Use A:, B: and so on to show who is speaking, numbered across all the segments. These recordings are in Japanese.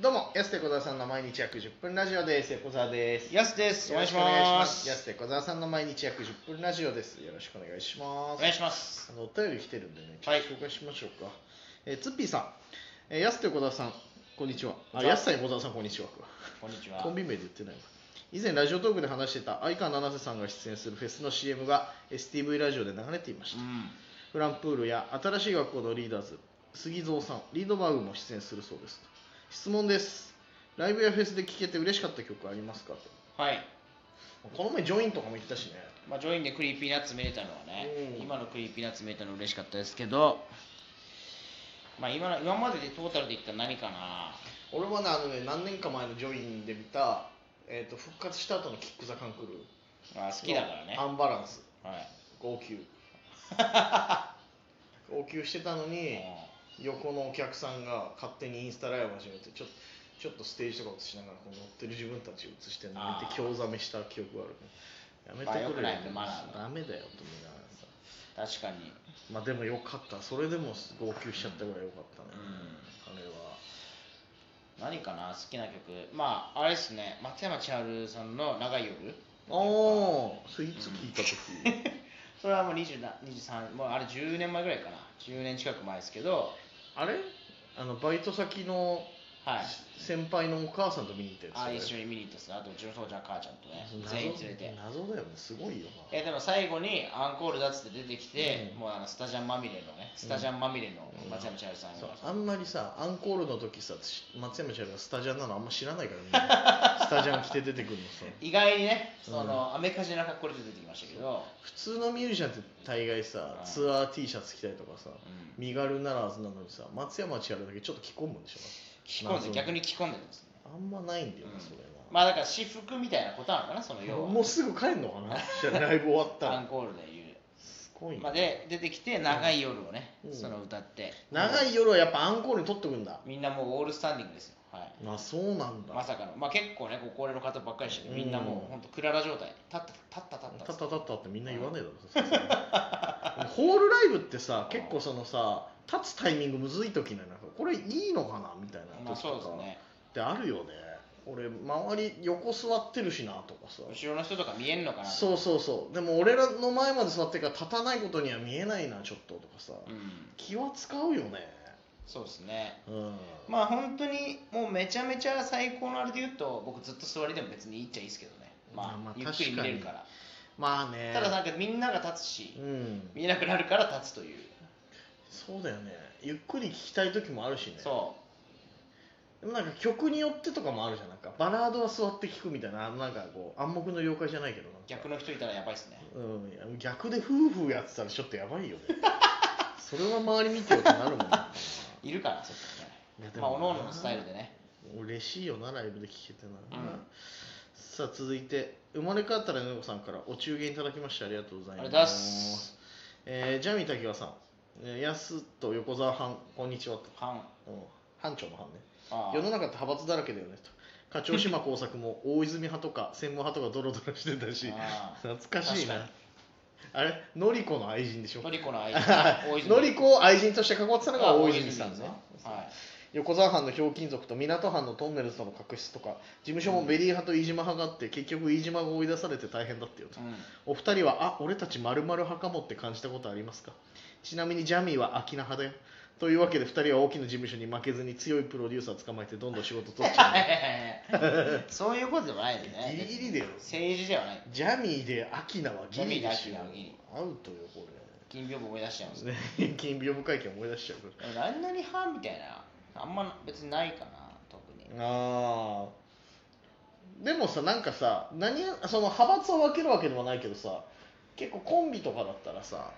A: どうも、安手小沢さんの毎日約10分ラジオです。横澤です。
B: やすです。お願いします。
A: 安手小沢さんの毎日約10分ラジオです。よろしくお願いします。
B: お願いします。
A: あのお便り来てるんでね、ちょ
B: は
A: っ
B: い
A: と紹介しましょうか。えー、ツッピーさん、えー、安手小沢さん、こんにちは。
B: こん
A: あ、
B: にちは
A: 安さん、小沢さん、こんにちは。
B: こんにちは。
A: コンビ名で言ってないわ。以前、ラジオトークで話してた相川七瀬さんが出演するフェスの CM が STV ラジオで流れていました
B: う。ん。
A: フランプールや新しい学校のリーダーズ杉蔵さんリードバーグも出演するそうです質問ですライブやフェスで聴けて嬉しかった曲ありますかと
B: はい。
A: この前ジョインとかも行ったしね
B: まあ、ジョインでクリーピーナッツ見れたのはね
A: う、ん
B: 今のクリーピーナッツ見れたの嬉しかったですけど、まあ、今の今まででトータルでいったら何かな。
A: 俺はねあのね何年か前のジョインで見た、えー、と復活した後のキック・ザ・カンクルー
B: まあ、好きだからね。
A: ア
B: は
A: ンバランス
B: い。
A: 号泣号泣してたの に横のお客さんが勝手にインスタライブ始めてちょっとちょっとステージとか映しながらこう乗ってる自分たちを映してるの見
B: あ
A: て
B: ー
A: 興ざめした記憶があるねやめてくれ
B: まあ良くないねマナーが
A: ダメだよと思いながらさ
B: 確かに。
A: まあでもよかったそれでも号泣しちゃったぐらいよかったね、
B: う
A: あれは
B: 何かな、好きな曲。まあ、あれですね、松山千春さんの長い夜。
A: ああスイーツ聞いた時、
B: それはもう20な23、もうあれ10年前ぐらいかな。10年近く前ですけど、
A: あれあのバイト先の
B: はい。
A: 先輩のお母さんと見に行ったやつ
B: あ
A: だよね
B: 一緒に見に行ったっすねあとうちの父ちゃん母ちゃんとね
A: 謎
B: 全員連れて
A: 謎だよねすごいよな
B: えでも最後にアンコールだっつって出てきて、
A: うん
B: もうあのスタジャンまみれのねスタジャンまみれの松山千春さん
A: そう
B: が、
A: あんまりさアンコールの時さし松山千春がスタジャンなのあんま知らない からねスタジャン着て出てくるのさ
B: 意外にねその、アメカジな格好で出てきましたけど、
A: 普通のミュージシャンって大概さ
B: うん
A: ツアー T シャツ着たりとかさ
B: うん、
A: 身軽ならはずなのにさ松山千春だけちょっと着込むんでし
B: 着込んで
A: 謎
B: 逆に着込んでるんですね
A: ょあんまないんだよね、
B: うん
A: それ
B: まあだから私服みたいなことなのかなその
A: は、
B: 要は
A: もうすぐ帰んのかなじ ゃあライブ終わった
B: ア
A: ら
B: ンコールで言、
A: すごいうね、
B: まあ、で出てきて長い夜をね、
A: うん
B: その歌って
A: 長い夜はやっぱアンコールに取ってくんだ
B: みんなもうオールスタンディングですよはい
A: まあそうなんだ
B: まさかの、まあ、結構ね、ご高齢の方ばっかりして、
A: うん
B: みんなもう本当、クララ状態、立った、立った、立った
A: たったたったってみんな言わねえだろさすがにホールライブってさ結構そのさ立つタイミングむずい時なのなんかこれいいのかなみたいな
B: まあ
A: 時とか
B: そうですね、
A: ってあるよね俺周り横座ってるしなとかさ
B: 後ろの人とか見えんのかなと
A: そうそうそうでも俺らの前まで座ってるから立たないことには見えないなちょっととかさ
B: うん、
A: 気は使うよね
B: そうですね。
A: うん
B: まあ本当にもうめちゃめちゃ最高のあれで言うと僕ずっと座りでも別にいいっちゃいいですけどね、まあ
A: まあまあ
B: ゆっくり見れるから
A: まあね
B: ただなんかみんなが立つし、
A: うん
B: 見えなくなるから立つという、
A: そうだよねゆっくり聴きたい時もあるしね
B: そ
A: でもなんか曲によってとかもあるじゃんなんかバラードは座って聴くみたいなあのなんかこう暗黙の了解じゃないけどなんか
B: う逆の人いたらやばいですね
A: うんいや逆で夫婦やってたらちょっとやばいよね それは周り見てよってなるもんね
B: いるからそっ
A: いや
B: か
A: で
B: ねまあ
A: も
B: お
A: な
B: のおののスタイルでね
A: 嬉しいよなライブで聴けてな、
B: うん
A: さあ続いて生まれ変わったらねこさんからお中元いただきましてありがとうございます
B: ありがとうございます
A: えージャミー滝川さんえーやすと横澤藩こんにちはと、
B: パン
A: うん、班長の藩ね
B: ああ
A: 世の中って派閥だらけだよねと課長島耕作も大泉派とか専務派とかドロドロしてたし
B: あー
A: 懐かしいな
B: 確か
A: あれのりこの愛人でしょ
B: のりこの愛人大 泉
A: のりこを愛人として関わってたのが大泉さんね
B: はい
A: 横澤藩のひょうきん族と港藩のトンネルズとの確執とか事務所もベリー派と飯島派があって結局飯島が追い出されて大変だってよと、
B: うん
A: お二人はあ俺たちまる派かもって感じたことありますかちなみにジャミーはアキナ派だよというわけで二人は大きな事務所に負けずに強いプロデューサー捕まえてどんどん仕事取っち ゃう
B: そういうことでもないですね。
A: ギリギリだよ
B: 政治ではない。
A: ジャミーでアキナはギリでし
B: ジ
A: ょ
B: ャミーでアキナはギリ
A: アウトよこ
B: 金屏風思い出しちゃうんですね。
A: れ、ね、 金屏風会見思い出しちゃうから
B: でも何々派みたいな、あんま別にないかな、特に。
A: あーでもさなんかさ何その派閥を分けるわけでもないけどさ結構コンビとかだったらさ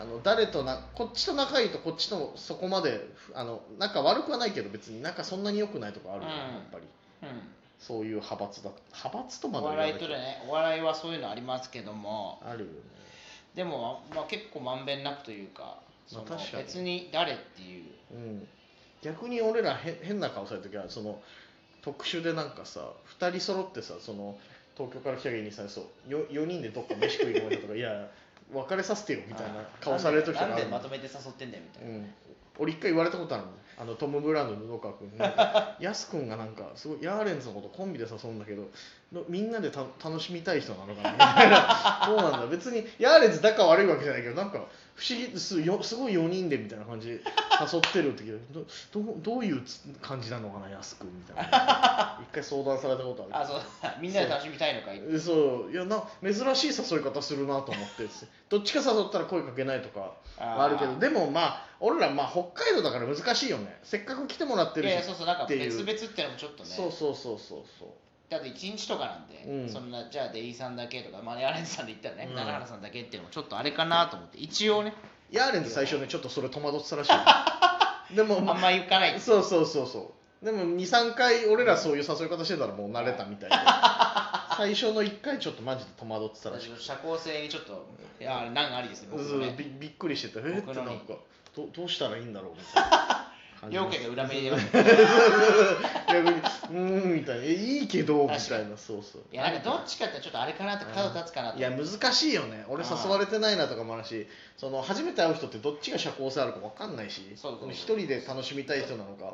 A: あの誰となこっちと仲いいとこっちとそこまでふあの仲悪くはないけど別に仲そんなに良くないとかあるよね、
B: うん
A: やっぱり
B: うん。
A: そういう派閥だ派閥とま
B: お
A: では言わな
B: 笑
A: い
B: い
A: け
B: と
A: ど
B: でね、お笑いはそういうのありますけども、
A: あるよね
B: でも、まあ、結構まんべんなくというか、その
A: 確かに
B: 別に誰っていう。
A: うん逆に俺らへ変な顔された時はその特集でなんかさ2人揃ってさその東京から来た芸人さんにそうよ4人でどっか飯食いに行こうよとかいや別れさせてよみたいな顔される時と
B: なん
A: か
B: で
A: あ
B: な
A: る
B: んでまとめて誘ってんだよみたい
A: うん、俺一回言われたことあるのあのトム・ブラウンの布川 君になんかヤス君がなんかすごいヤーレンズのことコンビで誘うんだけどのみんなでた楽しみたい人なのか なみたいなそうなんだ別にヤーレンズ仲悪いわけじゃないけどなんか不思議すよすごい4人でみたいな感じで誘ってる時どどうどういうつ感じなのかなヤス君みたい な一回相談されたことある
B: あそうだみんなで楽しみたいのかい
A: そういやな珍しい誘い方するなと思ってどっちか誘ったら声かけないとかはあるけ
B: あ
A: ど
B: ー
A: でもまあ俺らまあ北海道だから難しいよねせっかく来てもらって
B: い
A: る
B: や
A: し
B: いやそうそうなんか
A: っていう
B: 別々ってのもちょっとね
A: そうそうそうそうそう
B: だって1日とかなんで、
A: うん
B: そんなじゃあデイさんだけとか、まあ、ヤーレンズさんで言ったらね、
A: うん
B: 奈良原さんだけっていうのもちょっとあれかなと思って一応ね
A: ヤーレンズ最初ねちょっとそれ戸惑ってたらし いよでも
B: あんま行かないって
A: そうそうそうそうでも23回俺らそういう誘い方してたらもう慣れたみた いで最初の1回ちょっとマジで戸惑ってたらしい
B: 社交性にちょっといや難ありですね僕
A: そう
B: もね
A: びびっくりしてたえーって
B: 僕
A: な
B: の
A: ん
B: に
A: かどどうしたらいいんだろうみたいな 感じ
B: 両家が裏目に出ました
A: 逆にうーんみたいなえいいけどみた
B: 確か
A: いなそうそう
B: いやなんかどっちかってちょっとあれかなと角立つかなと
A: いや難しいよね俺
B: あー
A: 誘われてないなとかもあるしその初めて会う人ってどっちが社交性あるか分かんないし
B: そうそうそう
A: 一人で楽しみたい人なのか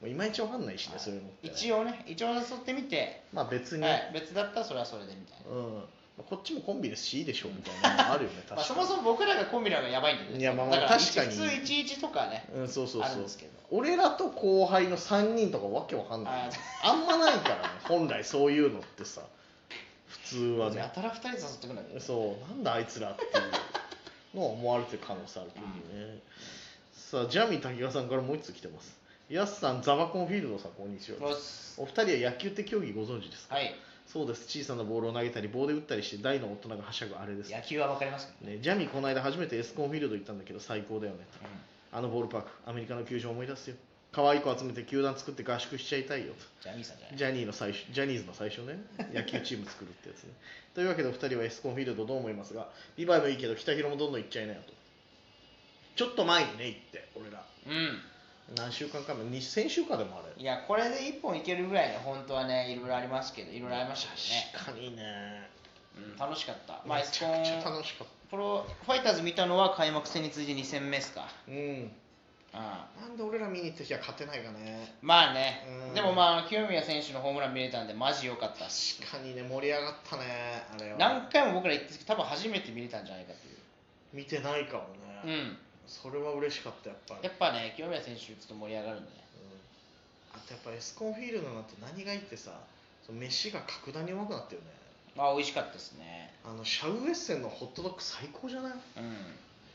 A: もういまいち分かんないしねそういうのって
B: 一応ね一応誘ってみて、
A: まあ別に、
B: はい、別だったらそれはそれでみたいな、
A: うんまあこっちもコンビですしいいでしょみたいなのもあるよね確かに
B: まあ、そもそも僕らがコンビなのがやばいんでね
A: いやまあまあ
B: だら
A: 確かに
B: 普通11とかね
A: うん、そうそう
B: ある
A: そ
B: ん
A: う
B: ですけど
A: 俺らと後輩の3人とかわけわかんない
B: あ
A: あんまないからね本来そういうのってさ普通は
B: や
A: ね
B: たら2人誘ってくるんだけど
A: そうなんだあいつらっていうのを思われてる可能性あるというね、さあジャミー滝川さんからもう一つ来てますやすさんザバコンフィールドさんこんにちは
B: よし
A: お二人は野球って競技ご存知ですか、
B: はい
A: そうです小さなボールを投げたり棒で打ったりして大の大人がはしゃぐあれです
B: 野球は分かりますけどね、
A: ね、ジャミーこの間初めてエスコンフィールド行ったんだけど最高だよねあのボールパークアメリカの球場を思い出すよ可愛い子集めて球団作って合宿しちゃいたいよ
B: ジャミーさんじゃない
A: ジャニーの最初ジャニーズの最初ね野球チーム作るってやつ ねというわけでお二人はエスコンフィールドどう思いますがビバイもいいけど北広もどんどん行っちゃいなよとちょっと前にね行って俺ら
B: う
A: 何週間か前に先週かでもあ
B: ん
A: れ
B: いやこれで1本いけるぐらいね本当はねいろいろありますけどいろいろありましたけ
A: 確かにね
B: どね、うん、楽しかったまあエ
A: め
B: ス
A: ち
B: コ
A: ゃ
B: ン
A: くちゃ楽しかっ
B: プロファイターズ見たのは開幕戦に続いて2戦目ですか
A: たうん
B: うん
A: なんで俺ら見に行った日は勝てないかね
B: まあね
A: うん、
B: でもまあ清宮選手のホームラン見れたんでマジ良かったし
A: 確かにね盛り上がったねあれは
B: 何回も僕ら言ってたけど多分初めて見れたんじゃないかと
A: 見てないかも
B: い
A: ね、
B: う、
A: それは嬉しかったやっぱ
B: うん、
A: り
B: やっぱね清宮選手ちょっと盛り上がるんでね
A: あとやっぱエスコンフィールドなんて何がいいってさその飯が格段にうまくなったよね
B: まあ美味しかったですね
A: あのシャウエッセンのホットドッグ最高じゃない
B: うん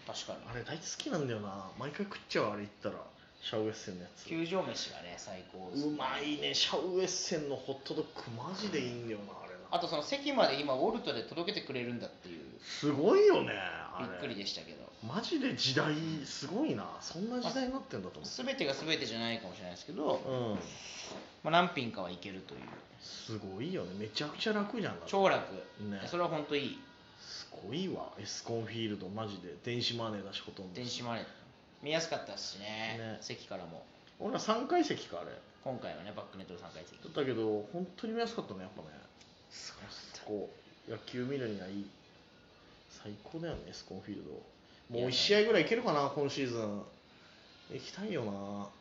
B: 確かに
A: あれ大好きなんだよな毎回食っちゃうあれ行ったらシャウエッセンのやつ
B: 球場飯がね最高です
A: うまいねシャウエッセンのホットドッグマジでいいんだよなあれな
B: あとその席まで今ウォルトで届けてくれるんだっていう
A: すごいよねあ
B: び
A: れ
B: っくりでしたけど
A: マジで時代すごいなそんな時代になってんだと思
B: 全てが全てじゃないかもしれないですけど、
A: ううん
B: まあ、何品かはいけるという
A: すごいよねめちゃくちゃ楽じゃんだって
B: 超楽、
A: ね
B: それは本当いい
A: すごいわエスコンフィールドマジで電子マネーだしほとんど
B: 電子マネー見やすかったですしね
A: ね
B: 席からも
A: 俺ら3階席かあれ
B: 今回はねバックネット3階席
A: だったけど本当に見やすかったねやっぱねすごい野球見るにはいい最高だよねエスコンフィールドもう1試合ぐらいいけるかな今シーズン行きたいよなも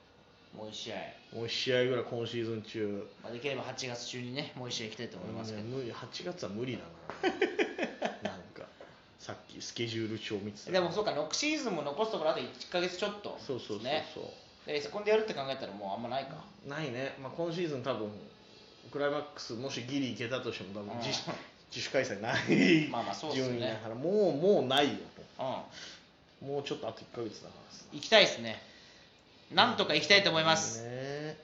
B: もう1試合、
A: う1試合ぐらい今シーズン中
B: まあ、できれば8月中にねもう1試合行きたいと思いますけど、
A: うん無理8月は無理だ ななんかさっきスケジュール帳見てた
B: でもそうか6シーズンも残すところあと1か月ちょっとですね
A: そうそうそうそう、
B: でそこでやるって考えたらもうあんまないか、
A: ないね、まあ、今シーズン多分クライマックスもしギリいけたとしても多分自,、
B: うん
A: 自主開催ない
B: まあまあそうっすよね
A: 順位だからもうもうないよ
B: う
A: もうちょっとあと1ヶ月だからさ
B: ん行きたいですねなんとか行きたいと思います、
A: ね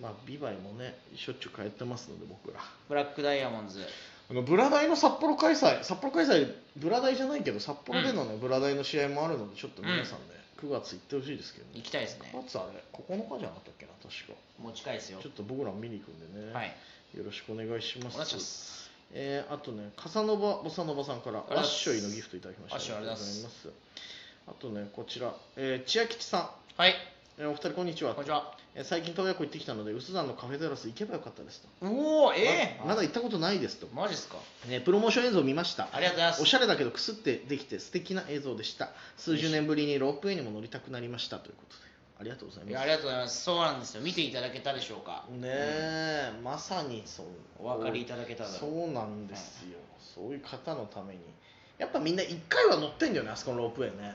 A: まあビバイもねしょっちゅう通ってますので僕ら
B: ブラックダイヤモンズ
A: あのブラ大の札幌開催札幌開催ブラ大じゃないけど札幌でのね、ブラ大の試合もあるのでちょっと皆さんね、9月行ってほしいですけど
B: 行
A: ね
B: きたいですね
A: 9月あれ9日じゃなかったっけな確か
B: もう近いですよ
A: ちょっと僕らも見に行くんでね、
B: はい
A: よろしくお願いしま
B: お
A: す
B: 願いします
A: えーあとね、笠野場ボサノバさんから、
B: ありがとう
A: ワッ
B: ございます
A: ショイのギフトいただきました。。
B: ワッショイありがとうございます
A: あとね、こちら、えー、千秋さん、
B: はい
A: えーお二人こんにちは。
B: こんにちは
A: えー最近洞爺湖行ってきたので、臼山のカフェテラス行けばよかったですと。
B: おおええ
A: ままだ行ったことないですと。
B: マジっすか
A: ね、プロモーション映像を見ました。
B: ありがとうございます
A: おしゃれだけどくすってできて素敵な映像でした。数十年ぶりにロープウェイにも乗りたくなりましたということで。あありがとうござい
B: いや
A: ます
B: ありがとうございますそうなんですよ見ていただけたでしょうか
A: ねえ、まさにそう
B: お分かりいただけただろう
A: そうなんですよ、そういう方のためにやっぱみんな一回は乗ってんだよねあそこのロープウェイね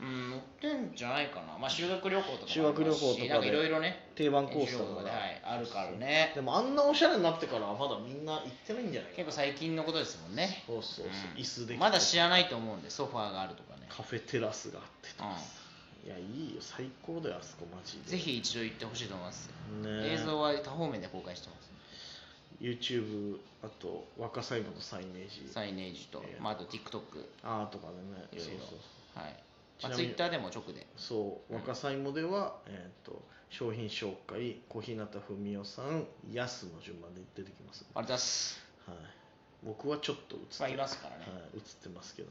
B: うん乗ってんじゃないかなまあ修学旅行とかもありますし
A: 修学旅行とかで
B: なんかいろいろね
A: 定番コースだ
B: 修学旅行
A: か
B: で
A: ら、
B: はいあるからね
A: でもあんなおしゃれになってからはまだみんな行ってないんじゃないか
B: 結
A: な
B: 構最近のことですもんね
A: そうそうそう、
B: うん
A: 椅子できて
B: まだ知らないと思うんでソファーがあるとかね
A: カフェテラスがあってとかさ、いやいいよ最高だよあそこマジで
B: ぜひ一度行ってほしいと思います、
A: ね
B: 映像は多方面で公開してます
A: YouTube あと若最後のサイネージ
B: サイネージと、
A: ええ
B: まあ、あと TikTok
A: あーとかでね
B: いろいろ
A: そう
B: はい、
A: ち
B: ま
A: な
B: あ、
A: みに
B: Twitter でも直で
A: そうそう若さいもでは、えー、と商品紹介小日向文世さんやすの順番で出てきます、
B: あれ出す
A: はい、僕はちょっと映って
B: まあいますからね
A: はい、映ってますけど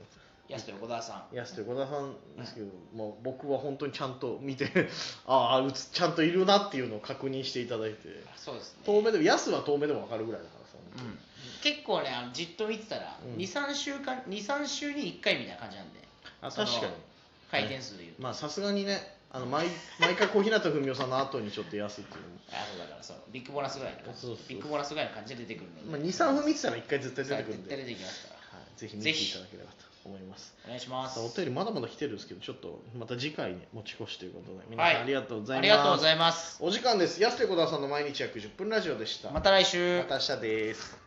B: 安と横澤さん
A: やすと横田さんですけど、もう僕は本当にちゃんと見て ああちゃんといるなっていうのを確認していただいて
B: そうですね、
A: 遠目でもやすは遠目でも分かるぐらいだからさ、
B: うん、結構ねあのじっと見てたら、
A: うん
B: 23週間23週に1回みたいな感じなんで
A: あ
B: その
A: 確かに
B: 回転数で言うと、
A: まあさすがにねあの毎毎回小日向文世さんの後にちょっとやすっていうのも
B: あそうだからそうビッグボーナスぐらいの感じ
A: そうそう
B: ビッグボーナスぐらいの感じで出てくるの
A: ま
B: で、
A: あ、23分見てたら1回絶対出てくるん
B: 絶
A: で、
B: 対
A: は
B: 出
A: い、
B: てきますから
A: ぜひ見ていただければと思います
B: お願いします
A: さあお便りまだまだ来てるんですけどちょっとまた次回に持ち越しということで皆
B: はい
A: さんありがとうござい
B: あ
A: ます、
B: りがとうございます
A: お時間です安手小田さんの毎日約10分ラジオでした
B: また来週
A: また明日です